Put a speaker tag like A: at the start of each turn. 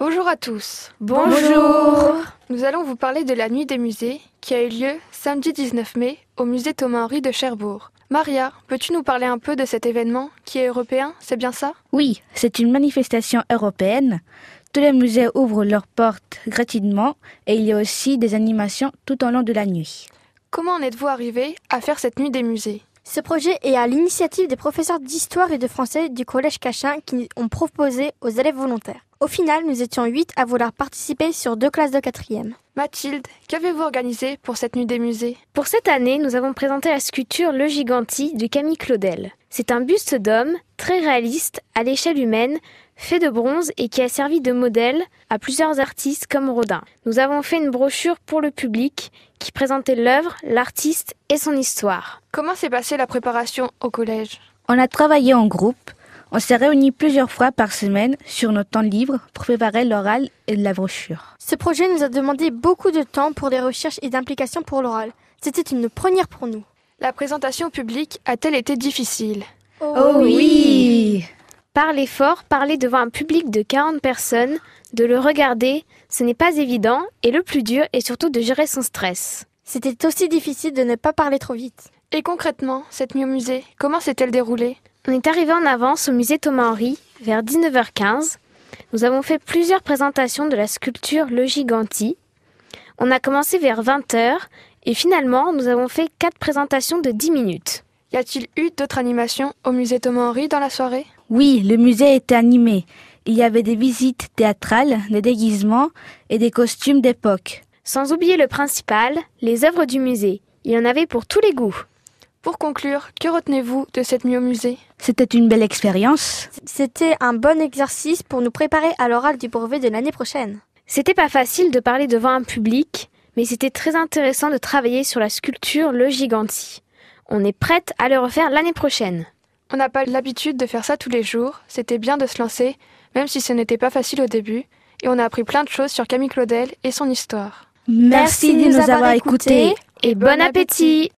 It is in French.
A: Bonjour à tous.
B: Bonjour.
A: Nous allons vous parler de la nuit des musées qui a eu lieu samedi 19 mai au musée Thomas Henry de Cherbourg. Maria, peux-tu nous parler un peu de cet événement qui est européen, c'est bien ça
B: Oui, c'est une manifestation européenne. Tous les musées ouvrent leurs portes gratuitement et il y a aussi des animations tout au long de la nuit.
A: Comment en êtes-vous arrivé à faire cette nuit des musées
C: Ce projet est à l'initiative des professeurs d'histoire et de français du collège Cachin qui ont proposé aux élèves volontaires. Au final, nous étions 8 à vouloir participer sur deux classes de quatrième.
A: Mathilde, qu'avez-vous organisé pour cette nuit des musées
D: Pour cette année, nous avons présenté la sculpture Le Giganti de Camille Claudel. C'est un buste d'homme très réaliste à l'échelle humaine, fait de bronze et qui a servi de modèle à plusieurs artistes comme Rodin. Nous avons fait une brochure pour le public qui présentait l'œuvre, l'artiste et son histoire.
A: Comment s'est passée la préparation au collège
B: On a travaillé en groupe. On s'est réunis plusieurs fois par semaine sur nos temps libres pour préparer l'oral et la brochure.
C: Ce projet nous a demandé beaucoup de temps pour des recherches et d'implications pour l'oral. C'était une première pour nous.
A: La présentation publique a-t-elle été difficile
B: Oh oui
D: Parler fort, parler devant un public de 40 personnes, de le regarder, ce n'est pas évident et le plus dur est surtout de gérer son stress.
C: C'était aussi difficile de ne pas parler trop vite.
A: Et concrètement, cette nuit au musée, comment s'est-elle déroulée
D: On est arrivé en avance au musée Thomas Henry vers 19h15. Nous avons fait plusieurs présentations de la sculpture Le Giganti. On a commencé vers 20h et finalement nous avons fait quatre présentations de 10 minutes.
A: Y a-t-il eu d'autres animations au musée Thomas Henry dans la soirée
B: Oui, le musée était animé. Il y avait des visites théâtrales, des déguisements et des costumes d'époque.
D: Sans oublier le principal, les œuvres du musée. Il y en avait pour tous les goûts.
A: Pour conclure, que retenez-vous de cette nuit au musée
B: C'était une belle expérience.
C: C'était un bon exercice pour nous préparer à l'oral du brevet de l'année prochaine.
D: C'était pas facile de parler devant un public, mais c'était très intéressant de travailler sur la sculpture Le Giganti. On est prête à le refaire l'année prochaine.
A: On n'a pas l'habitude de faire ça tous les jours, c'était bien de se lancer, même si ce n'était pas facile au début, et on a appris plein de choses sur Camille Claudel et son histoire.
B: Merci, de nous avoir écoutés
D: Et bon appétit